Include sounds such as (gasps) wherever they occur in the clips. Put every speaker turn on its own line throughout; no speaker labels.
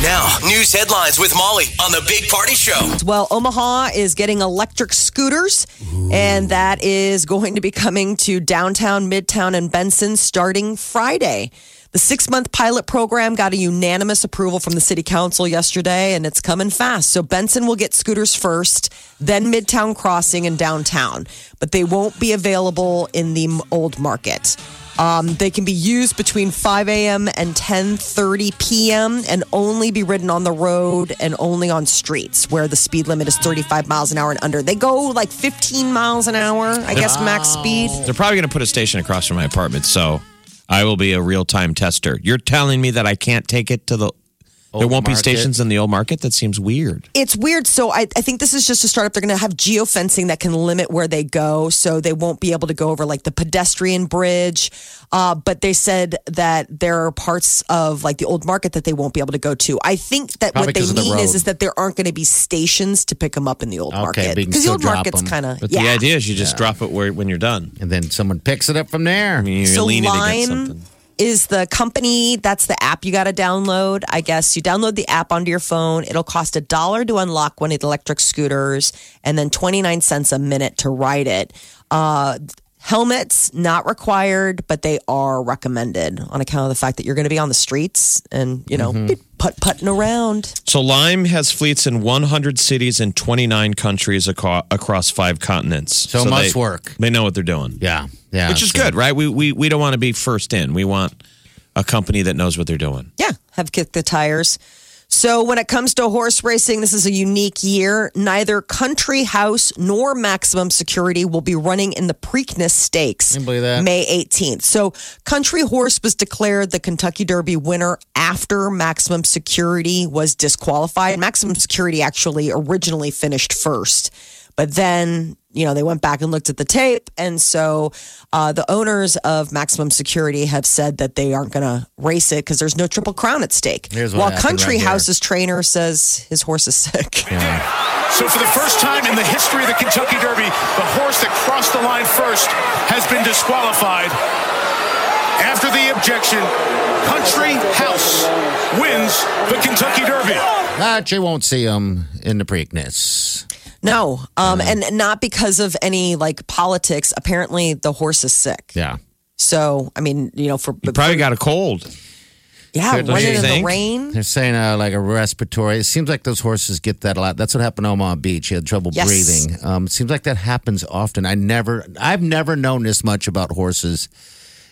Now, news headlines with Molly on the Big Party Show.
Well, Omaha is getting electric scooters, and that is going to be coming to downtown, midtown, and Benson starting Friday. The six month pilot program got a unanimous approval from the city council yesterday, and it's coming fast. So, Benson will get scooters first, then Midtown Crossing and downtown, but they won't be available in the m- old market. Um, they can be used between 5 a.m. and 10:30 p.m. and only be ridden on the road and only on streets where the speed limit is 35 miles an hour and under. They go like 15 miles an hour, I guess, max speed.
They're probably going to put a station across from my apartment, so I will be a real time tester. You're telling me that I can't take it to the. there
Old
won't be
market.
stations in the old market? That seems weird.
it's weird. So I, I think this is just a startup. They're going to have geofencing that can limit where they go, so they won't be able to go over like the pedestrian bridge. Uh, but they said that there are parts of like the old market that they won't be able to go to. I think that
Probably
what they
'cause of the
mean is
road.
is that there aren't going to be stations to pick them up in the old
Okay,
market
but you can
the
still
old
drop
market's
'em.
kind of
But
yeah.
the idea is you just drop it where when you're done.
And then someone picks it up from there.
You're
so
leaning against
Lime
something.
is the company. That's the app you got to download. I guess you download the app onto your phone. It'll cost a dollar to unlock one of the electric scooters, and then twenty nine cents a minute to ride it. Uh, helmets not required, but they are recommended on account of the fact that you're going to be on the streets and you
Mm-hmm.
know put putting around.
So Lime has fleets in 100 cities and 29 countries aco- across five continents.
So it must
they-
work.
They know what they're doing,
Yeah, yeah.
which is
so-
good, right? We, we we don't want to be first in. We want a company that knows what they're doing.
Yeah, have kicked the tires. So when it comes to horse racing, this is a unique year. Neither Country House nor Maximum Security will be running in the Preakness Stakes.
Can you believe that?
May 18th. So Country Horse was declared the Kentucky Derby winner after Maximum Security was disqualified. Maximum Security actually originally finished first, but then, you know, they went back and looked at the tape. And so uh, the owners of Maximum Security have said that they aren't going to race it because there's no Triple Crown at stake.
Here's what
While
happened
Country
right here.
House's trainer says his horse is sick.
So for the first time in the history of the Kentucky Derby, the horse that crossed the line first has been disqualified. After the objection, Country House wins the Kentucky Derby.
But you won't see them in the Preakness.
No, um, and not because of any like politics. Apparently, the horse is sick.
Yeah.
So, I mean, you know, for
You probably got a cold.
Yeah,
Don't
running
you
in the
think?
rain. (laughs)
They're saying uh, like a respiratory. It seems like those horses get that a lot. That's what happened to Omaha Beach. He had trouble
Yes.
breathing. Um, it seems like that happens often. I never, I've never known this much about horses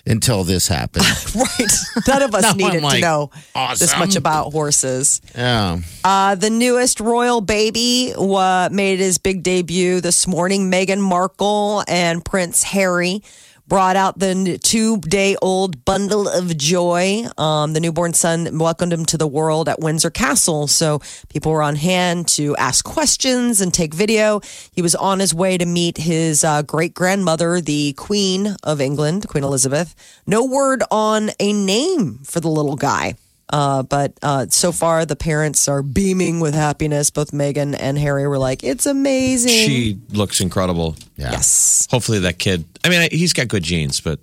until this happened.
(laughs)
(laughs)
Right. None of us
No, I'm
needed to
like,
know this
awesome.
much about horses.
yeah.
Uh, the newest royal baby wa- made his big debut this morning. Meghan Markle and Prince Harry brought out the two day old bundle of joy. Um, the newborn son welcomed him to the world at Windsor Castle. So people were on hand to ask questions and take video. He was on his way to meet his uh, great grandmother, the Queen of England, Queen Elizabeth. No word on a name for the little guy. Uh, but uh, so far, the parents are beaming with happiness. Both Megan and Harry were like, "It's amazing."
She looks incredible.
Yeah.
yes,
Hopefully that kid. I mean, I- he's got good genes, but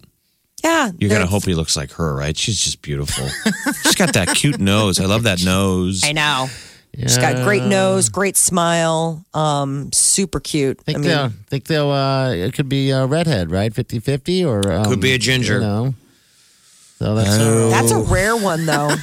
yeah.
you're gonna
they're-
hope he looks like her, right? She's just beautiful. She's got that cute nose. I love that nose.
I know. She's got great nose, great smile, um, super cute.
Think they'll, think they'll, uh, it could be a redhead, right? 50 50 or. Um,
Could be a ginger.
You know. So that's.
That's a rare one,
(laughs)
though.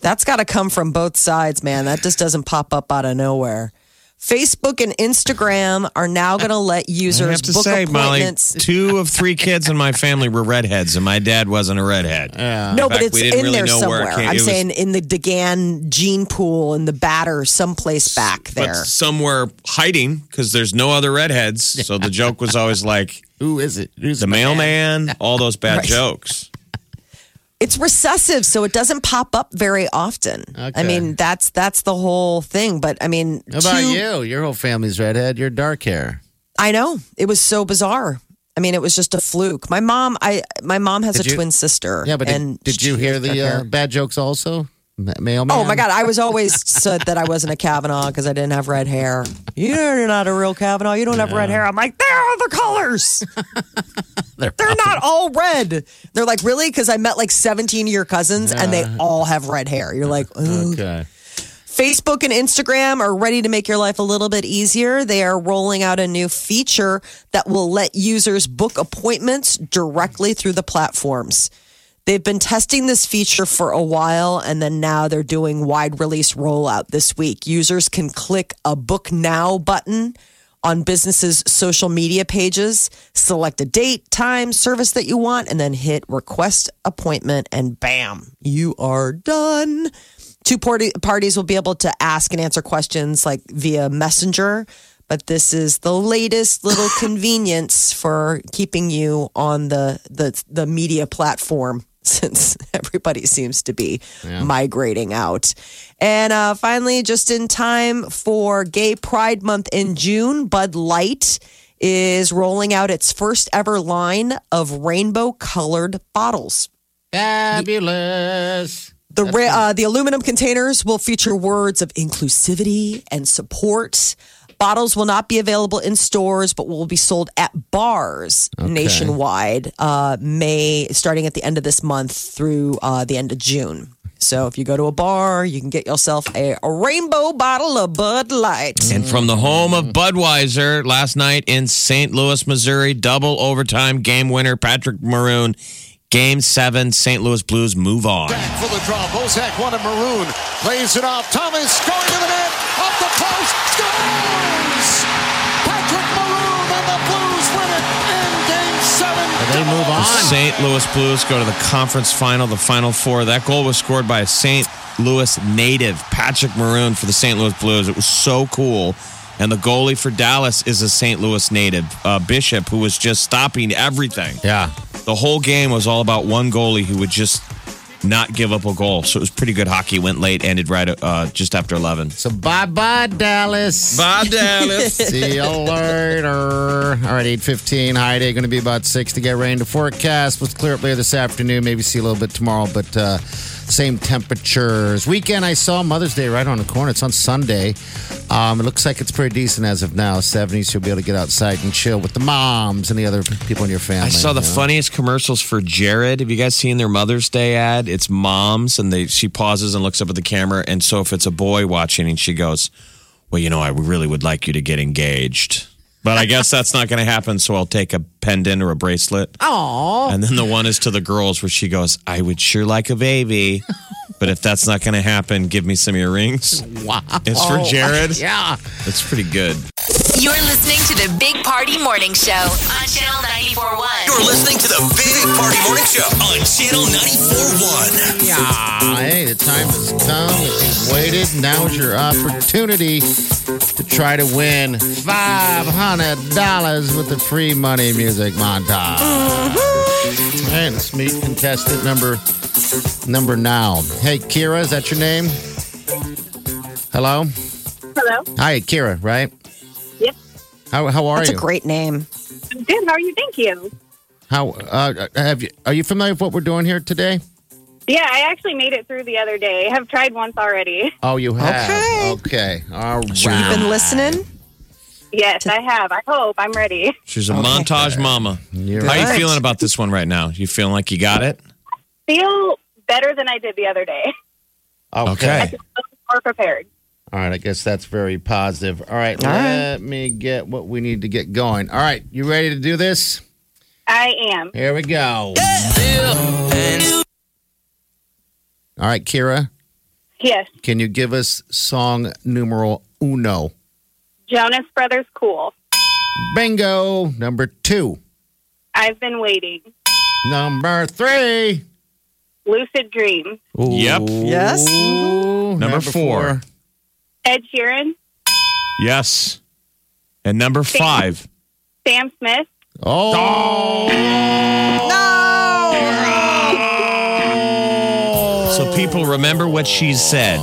That's got to come from both sides, man. That just doesn't pop up out of nowhere. Facebook and Instagram are now going to let users
I have to
book
say, Molly,
appointments.
two of three kids in my family were redheads, and my dad wasn't a redhead.
No,
Uh,
In
but
fact,
it's
we didn't
in
really
there
know where
somewhere.
it came-
I'm
it was-
saying in the DeGan gene pool in the batter, someplace back
But
there.
somewhere hiding because there's no other redheads. So the
(laughs)
joke was always like
Who is it? Who's
the mailman, all those bad jokes.
It's recessive, so it doesn't pop up very often. I
Okay.
mean, that's that's the whole thing. But I mean,
How about
two-
you? Your whole family's redhead. You're dark hair.
I know it was so bizarre. I mean, it was just a fluke. My mom, I my mom has
Did
a
you-
twin sister.
Yeah, but
and
did, did you
she-
hear the
her
uh,
hair-
bad jokes also? Ma- Mailman.
Oh my God! I was always said that I wasn't a Kavanaugh because I didn't have red hair. You're not a real Kavanaugh. You don't have red hair. I'm like, there are other colors.
(laughs) They're-
They're not all red. They're like, really? Because I met like 17 of your cousins and they all have red hair. You're like, "Ugh."
Okay.
Facebook and Instagram are ready to make your life a little bit easier. They are rolling out a new feature that will let users book appointments directly through the platforms. They've been testing this feature for a while and then now they're doing wide release rollout this week. Users can click a book now button on businesses' social media pages, select a date, time, service that you want, and then hit request appointment, and bam, you are done. Two party- parties will be able to ask and answer questions like via messenger, but this is the latest little convenience for keeping you on the the, the media platform (laughs) since everybody seems to be migrating out. And uh, finally, just in time for Gay Pride Month in June, Bud Light is rolling out its first ever line of rainbow colored bottles.
Fabulous.
The, ra- uh, the aluminum containers will feature words of inclusivity and support. Bottles will not be available in stores, but will be sold at bars nationwide. Uh, May starting at the end of this month through uh, the end of June. So if you go to a bar, you can get yourself a, a rainbow bottle of Bud Light.
And from the home of Budweiser last night in St. Louis, Missouri, double overtime game winner Patrick Maroon. Game seven, St. Louis Blues move on.
Back for the draw. Bozak wanted Maroon. Plays it off. Thomas going to the net. Up the post. Scores! Patrick Maroon and the Blues win it in game seven.
And they move
The
on.
St. Louis Blues go to the conference final, the final four. That goal was scored by a St. Louis native, Patrick Maroon, for the St. Louis Blues. It was so cool. And the goalie for Dallas is a St. Louis native, uh, Bishop, who was just stopping everything.
Yeah.
The whole game was all about one goalie who would just not give up a goal. So it was pretty good hockey. Went late, ended right uh, just after 11.
So bye bye, Dallas.
Bye, Dallas.
See you later. All right, 8.15. High day going to be about 6 to get rain to forecast. Let's clear up later this afternoon. Maybe see a little bit tomorrow, but uh, same temperatures. Weekend, I saw Mother's Day right on the corner. It's on Sunday. Um, it looks like it's pretty decent as of now. 70s, you'll be able to get outside and chill with the moms and the other people in your
(laughs)
family.
I saw the
you know?
funniest commercials for Jared. Have you guys seen their Mother's Day ad? It's moms, and they she pauses and looks up at the camera. And so if it's a boy watching, and she goes, "Well, you know, I really would like you to get engaged." But I guess that's not going to happen, so I'll take a pendant or a bracelet. Aww. And then the one is to the girls where she goes, I would sure like a baby, but if that's not going to happen, give me some of your rings. Wow. It's for (laughs) Jared.
(laughs) Yeah.
It's pretty good.
You're listening to the Big Party Morning Show on Channel 94.1.
You're listening to the Big Party Morning Show on Channel 941.
Yeah. Hey, the time has come. If you've waited, now's your opportunity to try to win $500 with the free money music montage.
Uh-huh.
Hey, let's meet contestant number number now. Hey, Kira, is that your name? Hello?
Hello.
Hi, Kira, right?
Yep.
How, how are
That's a
you?
great name.
I'm good. How are you? Thank you.
how uh, have you are you familiar with what we're doing here today?
Yeah, I actually made it through the other day. I've tried once already. (laughs)
Oh, you have.
Okay.
Okay. All right.
You've been listening.
Yes, I have. I hope I'm ready.
She's a montage mama.
You're
How you
right.
feeling about this one right now? You feeling like you got it?
Feel better than I did the other day. (laughs)
Okay.
More prepared.
All right, I guess that's very positive. All right,
All
let
right.
me get what we need to get going. All right, you ready to do this?
I am.
Here we go. All right, Kira,
Yes.
can you give us song numeral uno?
Jonas Brothers Cool.
Bingo. Number two.
I've been waiting.
Number three.
Lucid Dream.
Yep.
Yes.
Ooh,
Number four.
Ed Sheeran.
Yes. And number five.
Sam Smith.
Oh.
No.
so people remember what she said.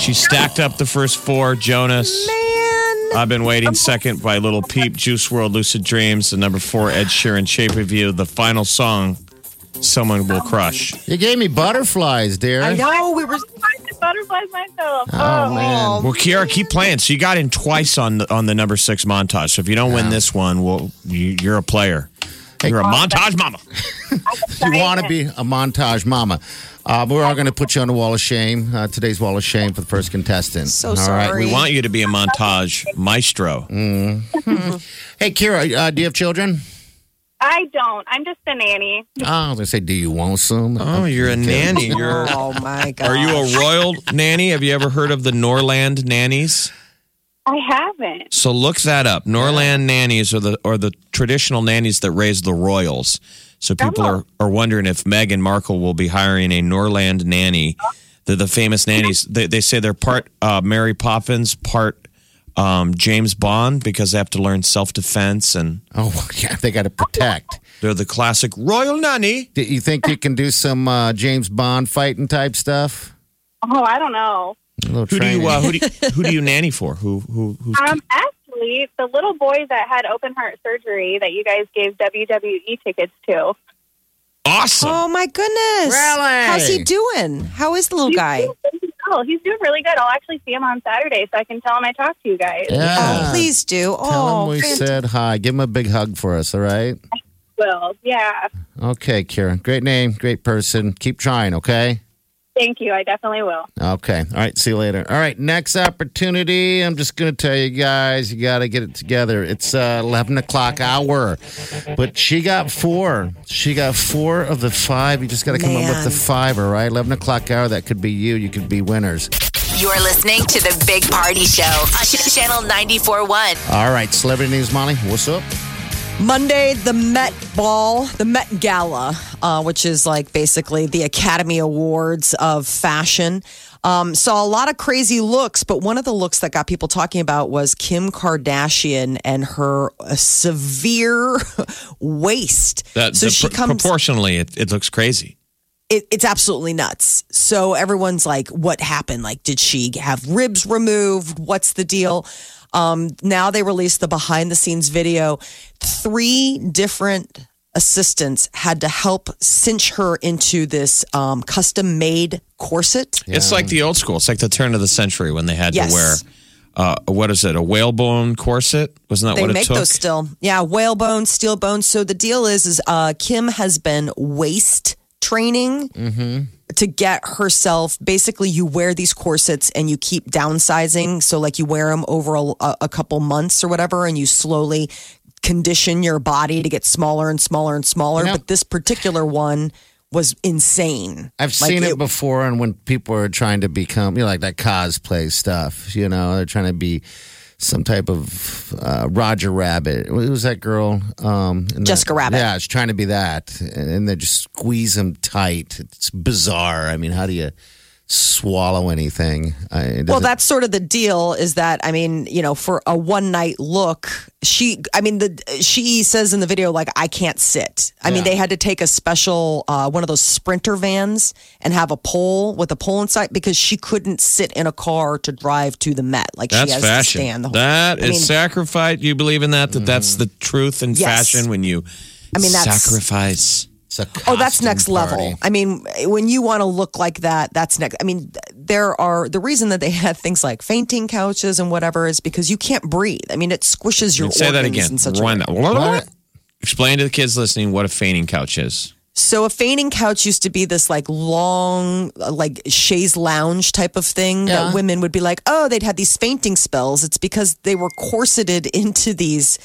She stacked up the first four Jonas. I've been waiting second by Little Peep, Juice World, Lucid Dreams, and number four Ed Sheeran, Shape of You, the final song, Someone Will Crush.
You gave me butterflies, dear.
I know we were.
I just butterflies myself.
Oh, man.
Well, Kiara, keep playing. So you got in twice on the, on the number six montage. So if you don't win this one, well, you, you're a player. You're a montage mama.
you want to be a montage mama. Uh, we're all going to put you on the wall of shame. Uh, today's wall of shame for the first contestant.
So
All right.
sorry.
We want you to be a montage maestro.
Hey, Kira, uh, do you have children?
I don't. I'm just a nanny.
Oh, I was going to say, do you want some?
Oh, you're a nanny. You're
Oh my god.
Are you a royal nanny? Have you ever heard of the Norland nannies?
I haven't.
So look that up. Norland nannies are the are the traditional nannies that raise the royals. So people are, are wondering if Meghan Markle will be hiring a Norland nanny. They're the famous nannies. They, they say they're part uh, Mary Poppins, part um, James Bond because they have to learn self defense, and
Oh, (laughs) yeah, they got to protect.
they're the classic royal nanny.
Do you think you can do some uh, James Bond fighting type stuff?
Oh, I don't know.
A little
Who do you
training.
uh, who do you, who do you nanny for? Who who who's
(laughs) Um, actually, the little boy that had open heart surgery that you guys gave WWE tickets to.
awesome?
Oh my goodness.
Really?
How's he doing? How is the little guy?
Oh, he's doing really good. I'll actually see him on Saturday, so I can tell him I talked to you guys.
Yeah.
Oh, please do.
Tell
oh,
him we
fant-
said hi. Give him a big hug for us, all right?
Well, yeah.
Okay, Kira. Great name, great person. Keep trying, okay?
Thank you. I definitely will.
Okay. All right. See you later. All right. Next opportunity. I'm just going to tell you guys, you got to get it together. It's uh, 11 o'clock hour, but she got four. She got four of the five. You just got to come up with the
Man.
five, all right? 11 o'clock hour. That could be you. You could be winners.
You're listening to the Big Party Show on Ch- Channel 941.
All right. Celebrity news, Molly. What's up?
Monday, the Met Ball, the Met Gala, uh, which is like basically the Academy Awards of fashion, um, saw a lot of crazy looks. But one of the looks that got people talking about was Kim Kardashian and her uh, severe (laughs) waist.
That, the pr- proportionally, it, it looks crazy.
it, it's absolutely nuts. So everyone's like, what happened? Like, did she have ribs removed? What's the deal? Um, now they released the behind the scenes video. Three different assistants had to help cinch her into this um, custom made corset.
It's like the old school. It's like the turn of the century when they had
Yes.
to wear uh, what is it? A whalebone corset? Wasn't that
They
what it
make
took?
those still. Yeah, whalebone, steel bone. So the deal is, is uh, Kim has been waist training
Mm-hmm.
to get herself. Basically, you wear these corsets and you keep downsizing. So like you wear them over a, a couple months or whatever, and you slowly condition your body to get smaller and smaller and smaller.
You know-
but this particular one was insane.
I've
Like,
seen it, before, and when people are trying to become, you know, like that cosplay stuff, you know, they're trying to be some type of uh, Roger Rabbit. Who was that girl? Um, in the-
Jessica Rabbit.
Yeah, she's trying to be that, and, and they just squeeze them tight. It's bizarre. I mean, how do you swallow anything? I, it
Well,
doesn't-
that's sort of the deal is that I mean, you know, for a one night look, she I mean the she says in the video like I can't sit. I mean,
Yeah.
they had to take a special uh, one of those sprinter vans and have a pole with a pole inside because she couldn't sit in a car to drive to the Met. Like
That's
she has to
fashion.
stand the whole
That is
I mean- Mm.
sacrifice. You believe in that? That that's the truth in
Yes.
fashion when you I
mean, that's-
sacrifice.
it's a
Oh, that's
costume
next
party.
level. I mean, when you want to look like that, that's next. I mean, th- there are the reason that they had things like fainting couches and whatever is because you can't breathe. I mean, it squishes your
Say that
organs
again.
in such a way.
Rewind that.
What?
Explain to the kids listening what a fainting couch is.
So a fainting couch used to be this like long, uh, like chaise lounge type of thing
Yeah.
that women would be like, oh, they'd had these fainting spells. It's because they were corseted (laughs) into these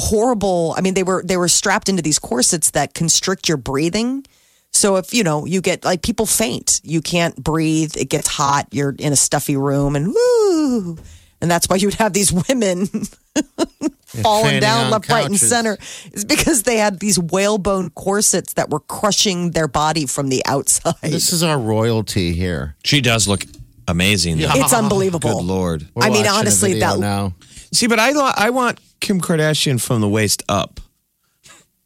horrible. I mean, they were they were strapped into these corsets that constrict your breathing. So if you know you get like people faint, you can't breathe. It gets hot. You're in a stuffy room and woo, and that's why you'd have these women (laughs) falling
Fanning
down
on
left, right, and
couches.
center is because they had these whalebone corsets that were crushing their body from the outside.
This is our royalty here.
She does look amazing. though.
it's
Oh, Good
unbelievable.
lord.
We're
I mean,
watching a
honestly,
video
that-
now
See, but I lo- I want Kim Kardashian from the waist up.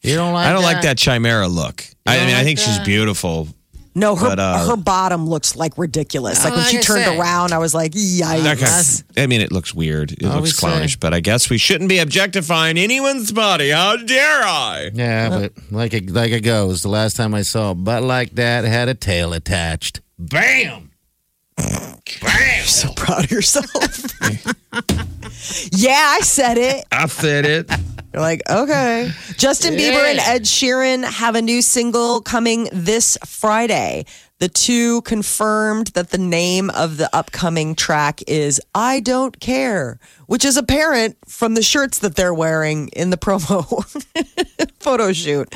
you don't like.
I don't like that chimera look. I,
don't
mean, I
like
think she's
that?
beautiful.
No, her
But, uh,
her bottom looks like ridiculous. Like when
Like
she
I
turned
said.
around, I was like,
That guy-
yikes.
I mean, it looks weird. It
Always
looks clownish,
say.
but I guess we shouldn't be objectifying anyone's body. How dare I?
Yeah, but like it, like it goes. The last time I saw a butt like that had a tail attached. Bam!
So proud of yourself. (laughs) yeah, I said it.
I said it.
You're like, okay. (laughs) Justin Bieber and Ed Sheeran have a new single coming this Friday. The two confirmed that the name of the upcoming track is I Don't Care, which is apparent from the shirts that they're wearing in the promo (laughs) photo shoot.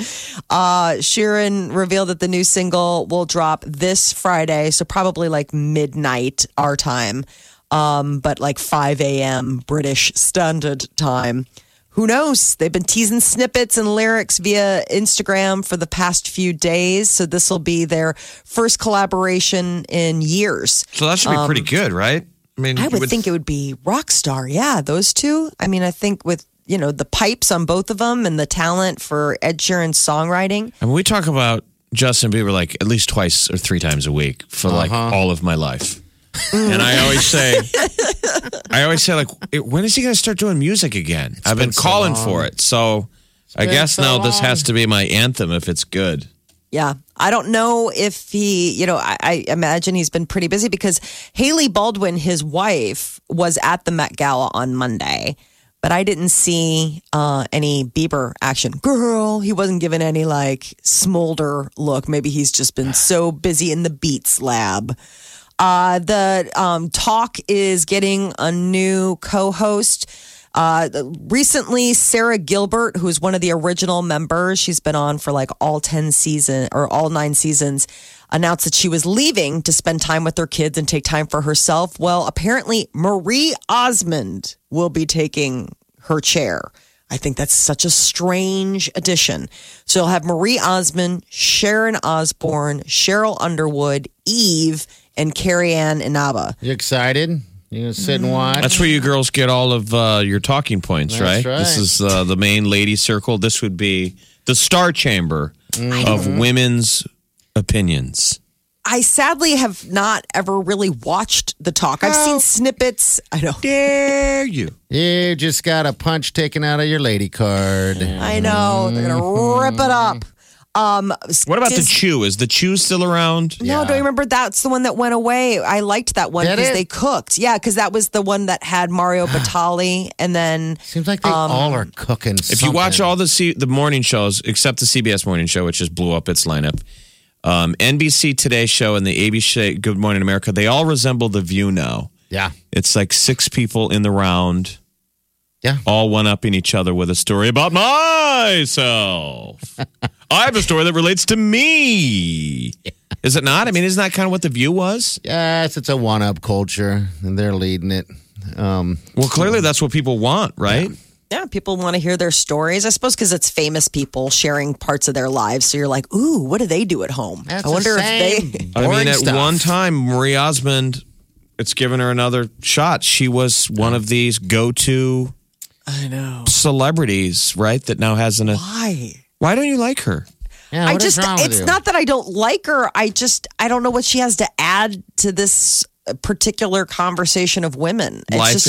Uh, Sheeran revealed that the new single will drop this Friday, so probably like midnight our time, um, but like 5 a.m. British Standard Time. Who knows? They've been teasing snippets and lyrics via Instagram for the past few days, so this will be their first collaboration in years.
So that should be pretty good, right? I mean,
Um, I
you
would, think it would be Rockstar. Yeah, those two. I mean, I think with you know the pipes on both of them and the talent for Ed Sheeran's songwriting.
I mean, we talk about Justin Bieber like at least twice or three times a week for like
Uh-huh.
all of my life. and I always
(laughs)
say, I always say, like, "It- when is he going to start doing music again? I've been,
been so
calling
long.
for it. So I
been
guess
so
now this
long.
has to be my anthem if it's good.
Yeah, I don't know if he. You know, I, I imagine he's been pretty busy because Haley Baldwin, his wife, was at the Met Gala on Monday. But I didn't see uh, any Bieber action. Girl, he wasn't given any like smolder look. Maybe he's just been so busy in the Beats lab. Uh, the um, talk is getting a new co host. Uh, recently, Sarah Gilbert, who's one of the original members, she's been on for like all 10 season or all nine seasons, announced that she was leaving to spend time with her kids and take time for herself. Well, apparently, Marie Osmond will be taking her chair. I think that's such a strange addition. So you'll have Marie Osmond, Sharon Osbourne, Cheryl Underwood, Eve, and Carrie Ann Inaba.
You excited? You gonna sit and watch?
That's where you girls get all of uh, your talking points, right?
That's right.
This is uh, the main lady circle. This would be the star chamber
Mm-hmm.
of women's opinions.
I sadly have not ever really watched the talk. I've
Oh.
seen snippets. I know.
Dare you?
you just got a punch taken out of your lady card.
I know. They're gonna rip it up. Um,
Mm-hmm. What about the
Dis-
chew? Is the chew still around?
No, don't you remember? That's the one that went away. I liked that one
Did
because
it?
they cooked. Yeah, because that was the one that had
(gasps)
Mario Batali, and then
Seems like they all are cooking.
If you watch all the C- the morning shows, except the CBS morning show, which just blew up its lineup, um, NBC Today show and the ABC Good Morning America, they all resemble The View now.
yeah,
It's like six people in the round,
yeah,
all one upping each other with a story about myself.
(laughs)
I have a story that relates to me. Is it not? I mean, isn't that kind of what The View was?
yes, it's a one-up culture, and they're leading it. Um,
Well, clearly that's what people want, right?
Yeah, people want to hear their stories, I suppose, because it's famous people sharing parts of their lives. So you're like, ooh, what do they do at home?
That's
I
the
wonder
same.
if (laughs) they.
I mean,
boring
at
stuff.
one time, Marie Osmond, it's given her another shot. She was one of these go to
I know.
celebrities, right? That now has an.
Why?
Why don't you like her?
yeah,
I
what is
just,
wrong with
it's
you?
not that I don't like her. I just, I don't know what she has to add to this particular conversation of women. It's
Life
just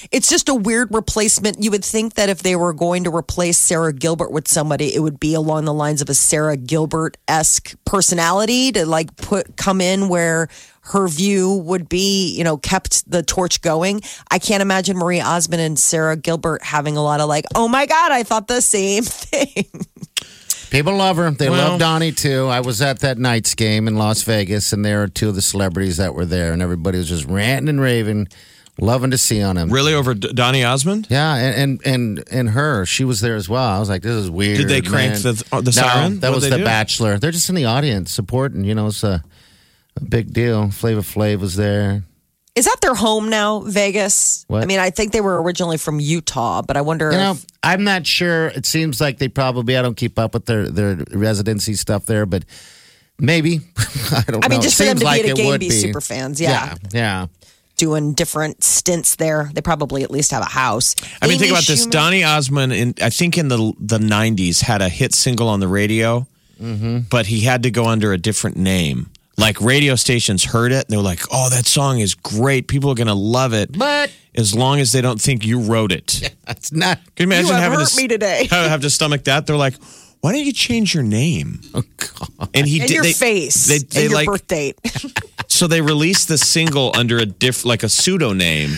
a weird, it's just a weird replacement. You would think that if they were going to replace Sarah Gilbert with somebody, it would be along the lines of a Sarah Gilbert esque personality to like put, come in where her view would be, you know, kept the torch going. I can't imagine Marie Osmond and Sarah Gilbert having a lot of like, oh my God, I thought the same (laughs) thing.
People love her. They
Well-
love Donnie too. I was at that Knights game in Las Vegas, and there were two of the celebrities that were there, and everybody was just ranting and raving, loving to see on him.
Really over D- Donnie Osmond?
Yeah, and, and and and her, she was there as well. I was like, this is weird.
Did they crank
man.
the- uh, the
no,
siren?
That
What'd
was
they
the
do?
Bachelor. They're just in the audience supporting. You know, it's a, a big deal. Flavor Flav was there.
Is that their home now, Vegas?
What?
I mean, I think they were originally from Utah, but I wonder.
You know,
if,
I'm not sure. It seems like they probably. I don't keep up with their their residency stuff there, but maybe (laughs) I don't.
I mean,
know.
just for
it
them
seems
to
like
be at a
it
game,
would
be, super fans. Yeah,
Yeah, yeah.
doing different stints there. They probably at least have a house.
I mean,
Amy
think about this.
Schumer-
Donnie Osmond, in, I think in the the '90s, had a hit single on the radio
Mm-hmm.
but he had to go under a different name. Like radio stations heard it, and they were like, "Oh, that song is great. People are gonna love it."
But
as long as they don't think you wrote it.
that's not.
Can you imagine
have
having
hurt
to,
me today.
(laughs) have have to stomach that? They're like, why don't you change your name?
Oh, God.
And he
And
did.
your
they-
face.
They, they
and your
like
birth date.
so they released the single under a diff like a pseudonym,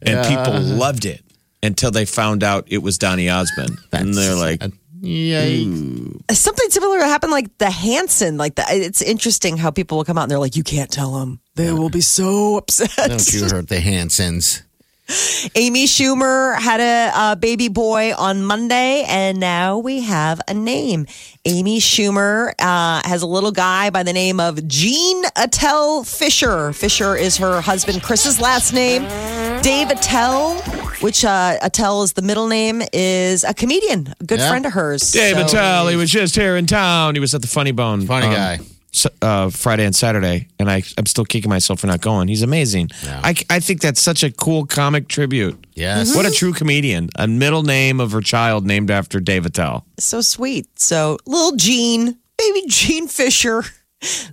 and people loved it until they found out it was Donny Osmond, and they're like,
Yikes.
(laughs) Something similar happened like the Hanson. Like the, it's interesting how people will come out and they're like, you can't tell them. They will be so upset. (laughs)
Don't you hurt the Hansons.
Amy Schumer had a, a baby boy on Monday, and now we have a name. Amy Schumer uh, has a little guy by the name of Gene Attell Fisher. Fisher is her husband Chris's last name. Dave Attell, which uh, Attell is the middle name, is a comedian, a good
Yeah.
friend of hers.
Dave
So-
Attell, he was just here in town. He was at the Funny Bone.
Funny
um,
guy.
s- Uh, Friday and Saturday, and I, I'm still kicking myself for not going. He's amazing. I, I think that's such a cool comic tribute.
Yes.
What a true comedian. A middle name of her child named after Dave Attell.
so sweet. So, little Gene, baby Gene Fisher.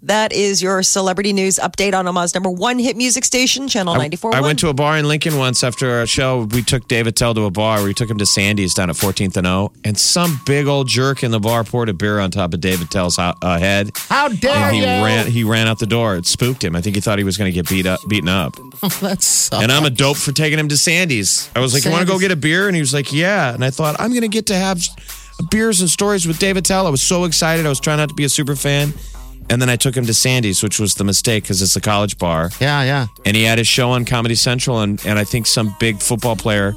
That is your celebrity news update on Omaha's number one hit music station, Channel 94.
I went to a bar in Lincoln once after our show. We took Dave Attell to a bar. We took him to Sandy's down at 14th and O, and some big old jerk in the bar poured a beer on top of Dave Attell's ho- uh, head.
How dare
and he
you?
ran
(laughs)
he ran out the door. It spooked him. I think he thought he was going to get beat up, beaten up.
That's so-
And I'm a dope for taking him to Sandy's. I was like, "You want to go
Sandy's.
get a beer?" And he was like, "Yeah." And I thought, "I'm going to get to have beers and stories with Dave Attell." I was so excited. I was trying not to be a super fan. And then I took him to Sandy's, which was the mistake because it's a college bar
Yeah, yeah.
and he had his show on Comedy Central, and, and I think some big football player,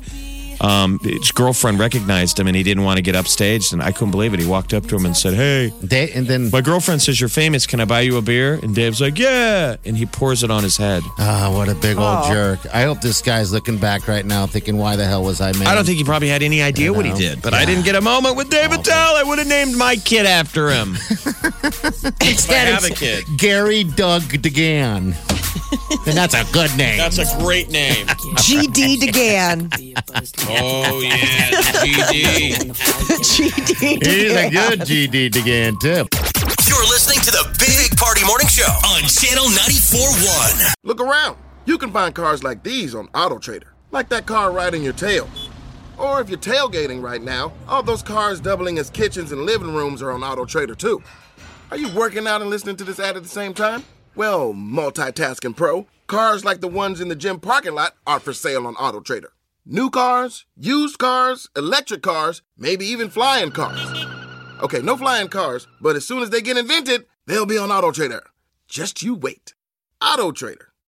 um, his girlfriend recognized him, and he didn't want to get upstaged, and I couldn't believe it. He walked up to him and said, "Hey,
They, and then,
my girlfriend says you're famous. Can I buy you a beer?" And Dave's like, "Yeah," and he pours it on his head.
ah, what a big old jerk. I hope this guy's looking back right now thinking, why the hell was I mad?
I don't think he probably had any idea what he
know.
did, but I didn't get a moment with Dave Attell. I would have named my kid after him. if I have a kid.
Gary Doug DeGan. (laughs) and that's a good name.
That's a great name.
GD DeGan.
Oh yeah, GD.
GD
He's (laughs) a good GD DeGan, too.
You're listening to the Big Party Morning Show on Channel 94.1.
Look around. You can find cars like these on AutoTrader, like that car riding your tail. Or if you're tailgating right now, all those cars doubling as kitchens and living rooms are on AutoTrader too. Are you working out and listening to this ad at the same time? Well, multitasking pro, cars like the ones in the gym parking lot are for sale on AutoTrader. New cars, used cars, electric cars, maybe even flying cars. Okay, no flying cars, but as soon as they get invented, they'll be on AutoTrader. Just you wait. Auto Trader.